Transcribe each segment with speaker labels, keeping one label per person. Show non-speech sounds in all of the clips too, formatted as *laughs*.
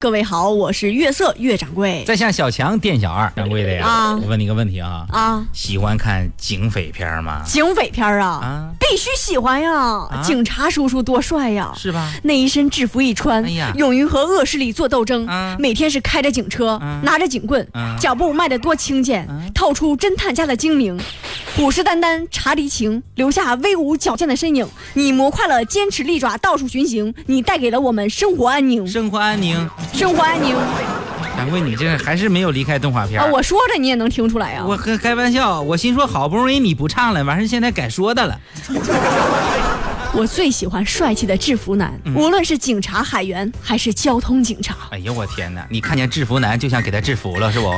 Speaker 1: 各位好，我是月色月掌柜
Speaker 2: 再像小强店小二掌柜的呀，
Speaker 1: 啊
Speaker 2: 我问你个问题啊，
Speaker 1: 啊，
Speaker 2: 喜欢看警匪片吗？
Speaker 1: 警匪片儿啊，
Speaker 2: 啊，
Speaker 1: 必须喜欢呀！警察叔叔多帅呀！
Speaker 2: 是吧？
Speaker 1: 那一身制服一穿，
Speaker 2: 哎呀
Speaker 1: 勇于和恶势力做斗争，
Speaker 2: 啊
Speaker 1: 每天是开着警车，
Speaker 2: 啊
Speaker 1: 拿着警棍，
Speaker 2: 啊
Speaker 1: 脚步迈得多清简，
Speaker 2: 啊
Speaker 1: 透出侦探家的精明，虎视眈眈查敌情，留下威武矫健的身影。你磨快了坚持利爪，到处巡行，你带给了我们生活安宁，
Speaker 2: 生活安宁，
Speaker 1: 生活安宁
Speaker 2: 掌柜，你这还是没有离开动画片
Speaker 1: 啊！
Speaker 2: 儿。
Speaker 1: 我说着你也能听出来啊呀、
Speaker 2: 我开开玩笑，我心说好不容易你不唱了，完事现在改说的了。
Speaker 1: 我最喜欢帅气的制服男，
Speaker 2: 嗯
Speaker 1: 无论是警察、海员还是交通警察。
Speaker 2: 哎呀，我天哪！你看见制服男就想给他制服了，是不？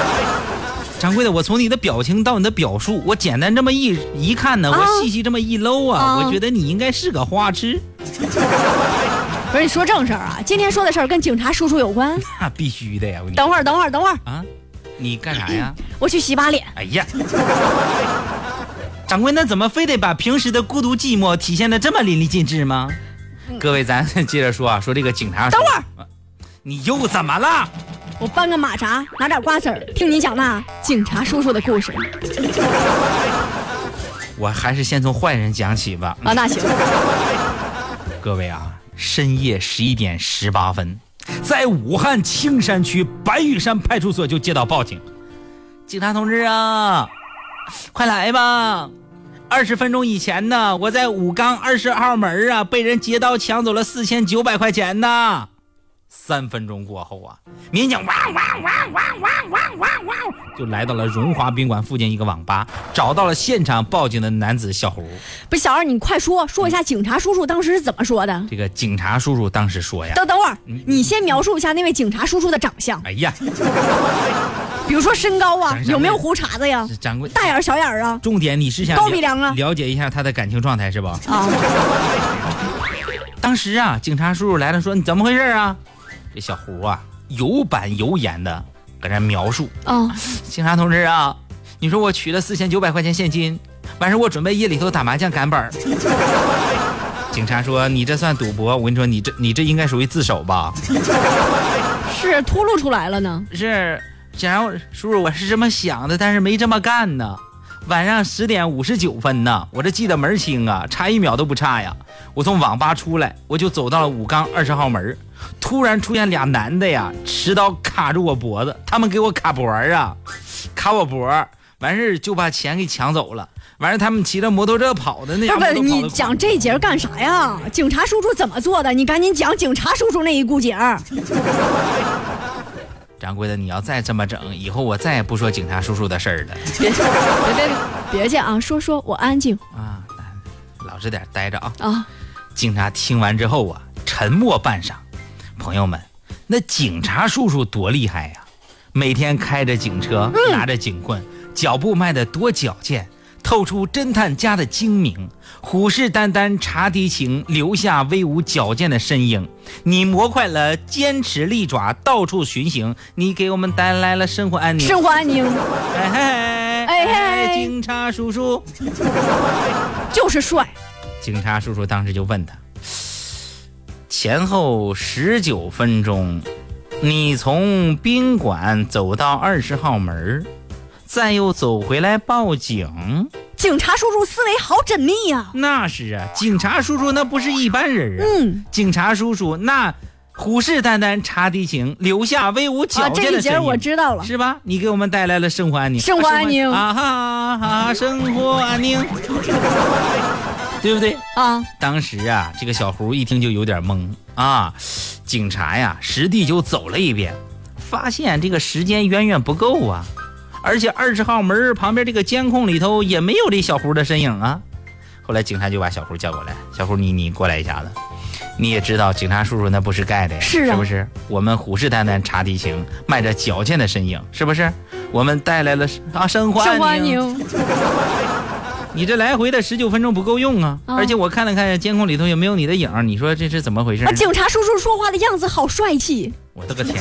Speaker 2: *laughs* 掌柜的，我从你的表情到你的表述，我简单这么一一看呢，
Speaker 1: 啊
Speaker 2: 我细细这么一搂啊，
Speaker 1: 啊
Speaker 2: 我觉得你应该是个花痴，
Speaker 1: 不是你说正事儿啊，今天说的事儿跟警察叔叔有关。
Speaker 2: 那必须的呀！我跟你
Speaker 1: 等会儿，等会儿，等会儿，
Speaker 2: 啊，你干啥呀？
Speaker 1: 我去洗把脸。
Speaker 2: 哎呀， *laughs* 掌柜，那怎么非得把平时的孤独寂寞体现的这么淋漓尽致吗？各位，咱接着说啊，说这个警察。
Speaker 1: 嗯等会儿，
Speaker 2: 你又怎么了？
Speaker 1: 我搬个马扎，拿点瓜子儿，听你讲那警察叔叔的故事
Speaker 2: 我还是先从坏人讲起吧。
Speaker 1: 啊。那行，
Speaker 2: 各位啊，深夜十一点十八分，在武汉青山区白玉山派出所就接到报警，警察同志啊，快来吧！二十分钟以前呢，我在武冈二十号门啊，被人劫刀抢走了四千九百块钱呢。三分钟过后啊，民警哇哇哇哇哇哇哇哇，就来到了荣华宾馆附近一个网吧，找到了现场报警的男子小胡。
Speaker 1: 不是小二，你快说说一下警察叔叔当时是怎么说的。
Speaker 2: 这个警察叔叔当时说呀。
Speaker 1: 等等会儿，
Speaker 2: 嗯
Speaker 1: 你先描述一下那位警察叔叔的长相，
Speaker 2: 哎呀，
Speaker 1: 比如说身高啊
Speaker 2: 长，相
Speaker 1: 有没有胡茬子呀，
Speaker 2: 掌柜，
Speaker 1: 大眼儿小眼儿啊
Speaker 2: 重点你是想
Speaker 1: 高
Speaker 2: 了
Speaker 1: 鼻梁啊
Speaker 2: 了解一下他的感情状态是吧？
Speaker 1: 啊，
Speaker 2: 当时啊，警察叔叔来了，说你怎么回事啊？这小胡啊，有板有眼的搁那描述。
Speaker 1: 啊，
Speaker 2: 警察同志啊，你说我取了四千九百块钱现金，完事我准备夜里头打麻将赶本儿。 *laughs* 警察说你这算赌博，我跟你说你这你这应该属于自首吧？
Speaker 1: 是秃噜出来了呢。
Speaker 2: 是，警察叔叔，我是这么想的，但是没这么干呢。晚上十点五十九分呢，我这记得门儿清啊，差一秒都不差呀。我从网吧出来，我就走到了武冈二十号门儿，突然出现俩男的呀，持刀卡住我脖子，他们给我卡脖儿啊，卡我脖儿，完事儿就把钱给抢走了。完事儿他们骑着摩托车跑的那
Speaker 1: 不
Speaker 2: 家
Speaker 1: 是不是，
Speaker 2: 伙都跑得
Speaker 1: 你
Speaker 2: 快
Speaker 1: 讲这节儿干啥呀？警察叔叔怎么做的？你赶紧讲警察叔叔那一股节儿。
Speaker 2: 掌柜的，你要再这么整，以后我再也不说警察叔叔的事儿了。
Speaker 1: 别别别别介啊，说说我安静
Speaker 2: 啊，老实点儿待着啊。
Speaker 1: 啊。
Speaker 2: 警察听完之后啊，沉默半晌。朋友们，那警察叔叔多厉害呀、每天开着警车，
Speaker 1: 嗯
Speaker 2: 拿着警棍，脚步迈得多矫健，透出侦探家的精明，虎视眈眈查敌情，留下威武矫健的身影。你磨快了坚持利爪，到处巡行，你给我们带来了生活安宁。
Speaker 1: 生活安宁
Speaker 2: 哎嘿，
Speaker 1: 哎嘿
Speaker 2: 警察叔叔。
Speaker 1: 就是帅，
Speaker 2: 警察叔叔当时就问他：“前后十九分钟，你从宾馆走到二十号门儿，再又走回来报警，
Speaker 1: 警察叔叔思维好缜密呀、
Speaker 2: 那是啊，警察叔叔那不是一般人啊！
Speaker 1: 嗯，
Speaker 2: 警察叔叔那虎视眈眈查敌情，留下威武矫
Speaker 1: 啊，
Speaker 2: 健
Speaker 1: 这
Speaker 2: 的
Speaker 1: 一节
Speaker 2: 身
Speaker 1: 儿
Speaker 2: 影。
Speaker 1: 我知道了。
Speaker 2: 是吧？你给我们带来了生活安宁，
Speaker 1: 生活安宁
Speaker 2: 啊哈哈哈，生活安宁，对不对？
Speaker 1: 啊，
Speaker 2: 当时啊，这个小胡一听就有点懵啊。警察呀，实地就走了一遍，发现这个时间远远不够啊，而且二十号门儿旁边这个监控里头也没有这小胡的身影啊。后来警察就把小胡叫过来，小胡你你过来一下子。你也知道，警察叔叔那不是盖的呀，
Speaker 1: 是啊
Speaker 2: 不是？我们虎视眈眈查敌情，迈着矫健的身影，是不是？我们带来了啊生活
Speaker 1: 生活
Speaker 2: 安
Speaker 1: 安
Speaker 2: 宁。
Speaker 1: 宁
Speaker 2: 你这来回的十九分钟不够用啊！
Speaker 1: 啊
Speaker 2: 而且我看了看监控里头也没有你的影儿，你说这是怎么回事呢
Speaker 1: 啊，？警察叔叔说话的样子好帅气。
Speaker 2: 我的个天！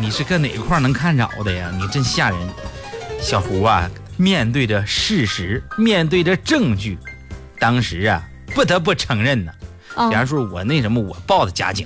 Speaker 2: 你是搁哪块儿能看着的呀？你真吓人！小胡啊，面对着事实，面对着证据，当时啊，不得不承认呢、
Speaker 1: 啊
Speaker 2: 假如说我那什么，我报的假警，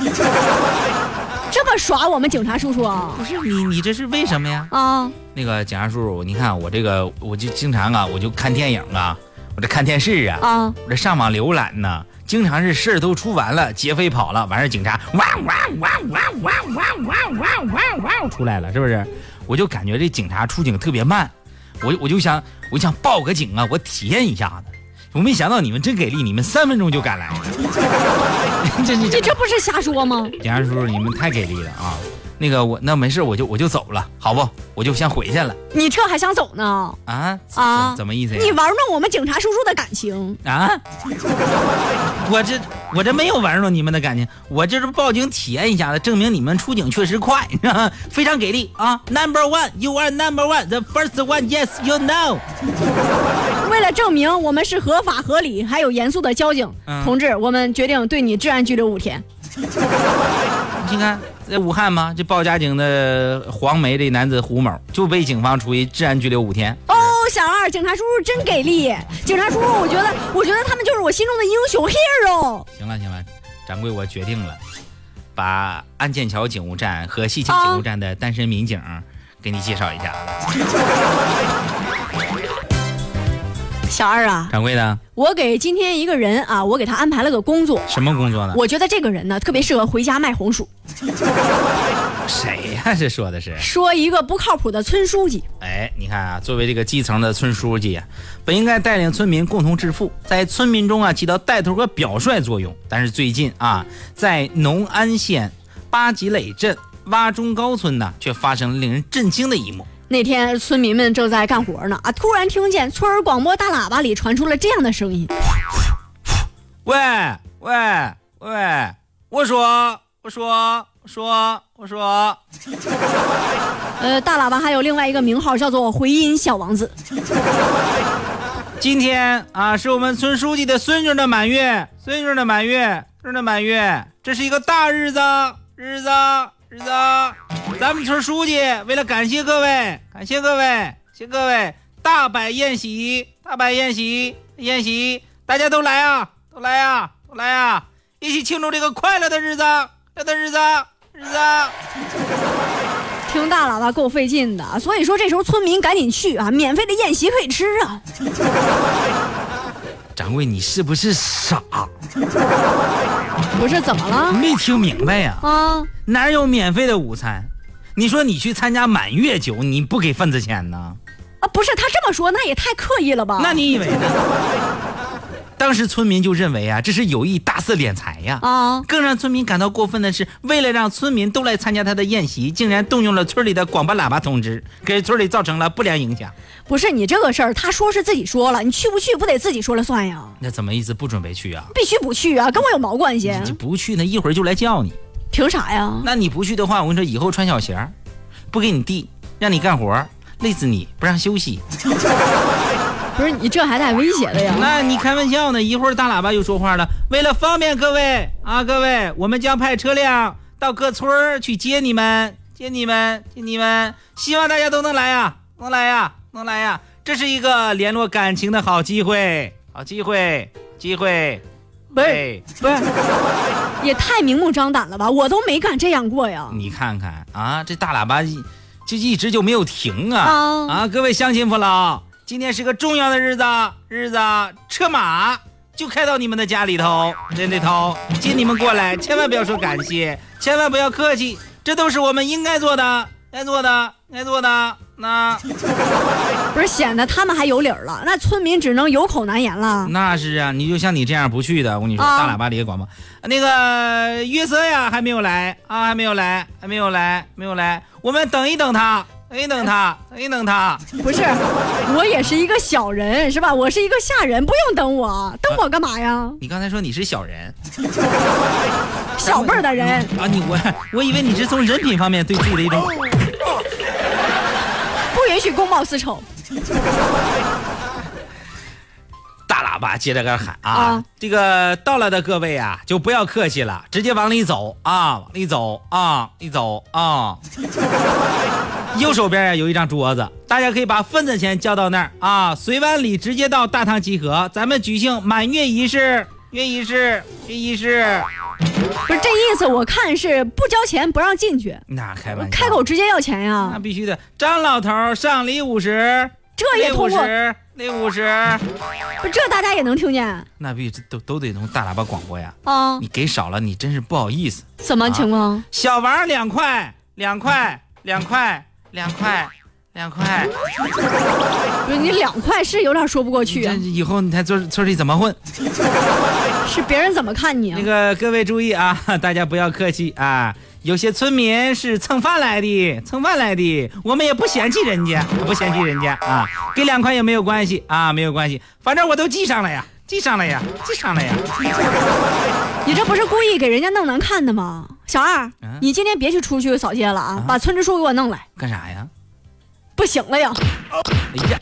Speaker 1: 么耍我们警察叔叔啊？
Speaker 2: 不是你，你这是为什么呀？
Speaker 1: 啊，
Speaker 2: 那个警察叔叔，你看我这个，我就经常啊，我就看电影啊，我这看电视啊，
Speaker 1: 啊
Speaker 2: 我这上网浏览呢、经常是事儿都出完了，劫匪跑了，完事儿警察汪汪汪汪汪汪汪汪汪汪出来了，是不是？我就感觉这警察出警特别慢，我我就想我就想报个警啊，我体验一下子。我没想到你们真给力，你们三分钟就赶 *laughs* 来，真是
Speaker 1: 这这不是瞎说吗？
Speaker 2: 警察叔叔，你们太给力了啊！那个我那没事，我就我就走了，好不？我就先回去了
Speaker 1: 你这还想走呢？
Speaker 2: 啊
Speaker 1: 啊
Speaker 2: 怎么意思呀？
Speaker 1: 你玩弄我们警察叔叔的感情，
Speaker 2: 啊！ *laughs* 我这我这没有玩弄你们的感情，我这是报警体验一下子，证明你们出警确实快， *laughs* 非常给力啊！Number one, you are number one, the first one, yes, you know。
Speaker 1: 为了证明我们是合法合理还有严肃的交警，
Speaker 2: 嗯
Speaker 1: 同志，我们决定对你治安拘留五天。
Speaker 2: 你看，在武汉吗？这报假警的黄梅这男子胡某就被警方处以治安拘留五天。
Speaker 1: 哦，小二，警察叔叔真给力！警察叔叔，我觉得，我觉得他们就是我心中的英雄 hero。
Speaker 2: 行了行了，掌柜，我决定了，把安剑桥警务站和西青警务站的单身民警给你介绍一下。
Speaker 1: 小二啊，
Speaker 2: 掌柜的，
Speaker 1: 我给今天一个人啊，我给他安排了个工作。
Speaker 2: 什么工作呢？
Speaker 1: 我觉得这个人呢，特别适合回家卖红薯。
Speaker 2: 谁呀、这说的是，
Speaker 1: 说一个不靠谱的村书记，
Speaker 2: 哎，你看啊，作为这个基层的村书记啊，本应该带领村民共同致富，在村民中啊起到带头和表率作用。但是最近啊，在农安县八级垒镇洼中高村呢，却发生了令人震惊的一幕。
Speaker 1: 那天村民们正在干活呢啊，突然听见村儿广播大喇叭里传出了这样的声音。
Speaker 2: 喂喂喂，我说我说我说我说，
Speaker 1: 呃，大喇叭还有另外一个名号叫做回音小王子。
Speaker 2: 今天啊是我们村书记的孙女的满月，孙女的满月，孙女的满月，这是一个大日子，日子日子。咱们村书记为了感谢各位，感谢各位，感谢各位，大摆宴席，大摆宴席，宴席，大家都来啊，都来啊，都来啊，一起庆祝这个快乐的日子，快乐的日子，日子。
Speaker 1: 听大喇叭够费劲的，所以说这时候村民赶紧去啊，免费的宴席可以吃啊。
Speaker 2: 掌柜，你是不是傻？
Speaker 1: 不是怎么了
Speaker 2: 没听明白呀、
Speaker 1: 啊？
Speaker 2: 哪有免费的午餐？你说你去参加满月酒，你不给份子钱呢？
Speaker 1: 啊，不是他这么说，那也太刻意了吧？
Speaker 2: 那你以为呢？当时村民就认为啊，这是有意大肆敛财呀。
Speaker 1: 啊，
Speaker 2: 更让村民感到过分的是，为了让村民都来参加他的宴席，竟然动用了村里的广播喇叭通知，给村里造成了不良影响。
Speaker 1: 不是你这个事儿，他说是自己说了，你去不去不得自己说了算呀？
Speaker 2: 那怎么意思不准备去啊？
Speaker 1: 必须不去啊，跟我有毛关系？
Speaker 2: 你不去呢，一会儿就来叫你。
Speaker 1: 凭啥呀？
Speaker 2: 那你不去的话，我跟你说，以后穿小鞋儿，不给你递，让你干活儿，累死你，不让休息。
Speaker 1: 不是你这还带威胁的呀？
Speaker 2: 那你开玩笑呢？一会儿大喇叭又说话了。为了方便各位啊，各位，我们将派车辆到各村儿去接你们，接你们，接你们。希望大家都能来呀，能来呀，能来呀！这是一个联络感情的好机会，好机会，机会。哎喂，
Speaker 1: 也太明目张胆了吧？我都没敢这样过呀。
Speaker 2: 你看看啊，这大喇叭一就一直就没有停啊、
Speaker 1: 啊
Speaker 2: 啊！各位乡亲父老，今天是个重要的日子，日子车马就开到你们的家里头，那里头接你们过来，千万不要说感谢，千万不要客气，这都是我们应该做的，该做的，该做的。那
Speaker 1: 不是显得他们还有理儿了，那村民只能有口难言 *laughs* 了。
Speaker 2: 那是啊，你就像你这样不去的，我跟你说，
Speaker 1: 啊
Speaker 2: 大喇叭里也广播，那个约瑟呀还没有来啊，还没有来，还没有来，没有来，我们等一等他，等一等他，等一等他。
Speaker 1: 不是，我也是一个小人，是吧？我是一个下人，不用等我，等我干嘛呀？
Speaker 2: 你刚才说你是小人
Speaker 1: 小辈儿的人，
Speaker 2: 啊，你我我以为你是从人品方面对自己的一种，
Speaker 1: 不允许公报私仇。
Speaker 2: 大喇叭接着跟喊啊，
Speaker 1: 啊
Speaker 2: 这个到了的各位啊，就不要客气了，直接往里走啊，往里走啊，一走啊。右手边啊有一张桌子，大家可以把份子钱交到那儿啊，随碗礼直接到大堂集合，咱们举行满月仪式，月仪式，月仪式，
Speaker 1: 不是这意思，我看是不交钱不让进去，
Speaker 2: 那开玩笑，
Speaker 1: 开口直接要钱呀
Speaker 2: 那，必须的。张老头儿上礼五十，
Speaker 1: 这也
Speaker 2: 礼
Speaker 1: 通
Speaker 2: 五
Speaker 1: 过，
Speaker 2: 十，礼五十，
Speaker 1: 不哎是这大家也能听见
Speaker 2: 那必须都都得用大喇叭广播呀。
Speaker 1: 啊？
Speaker 2: 你给少了，你真是不好意思。
Speaker 1: 怎么情况？
Speaker 2: 小王儿两块，两块，两块，两块，两块。
Speaker 1: 不是你两块是有点说不过
Speaker 2: 你
Speaker 1: 去
Speaker 2: 这
Speaker 1: 啊，
Speaker 2: 以后你看村村里怎么混？
Speaker 1: 是别人怎么看你啊
Speaker 2: 那？个各位注意啊，大家不要客气啊。有些村民是蹭饭来的，蹭饭来的，我们也不嫌弃人家，不嫌弃人家啊，给两块也没有关系啊，没有关系，反正我都记上了呀，记上了呀，记上了呀。
Speaker 1: 你这不是故意给人家弄难看的吗？小二，
Speaker 2: 嗯
Speaker 1: 你今天别去出去扫街了啊，把村支书给我弄来，
Speaker 2: 干啥呀？
Speaker 1: 不行了呀。
Speaker 2: 哎呀，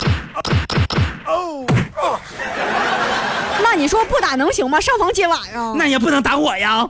Speaker 1: 那你说不打能行吗？上房揭瓦呀？
Speaker 2: 那也不能打我呀！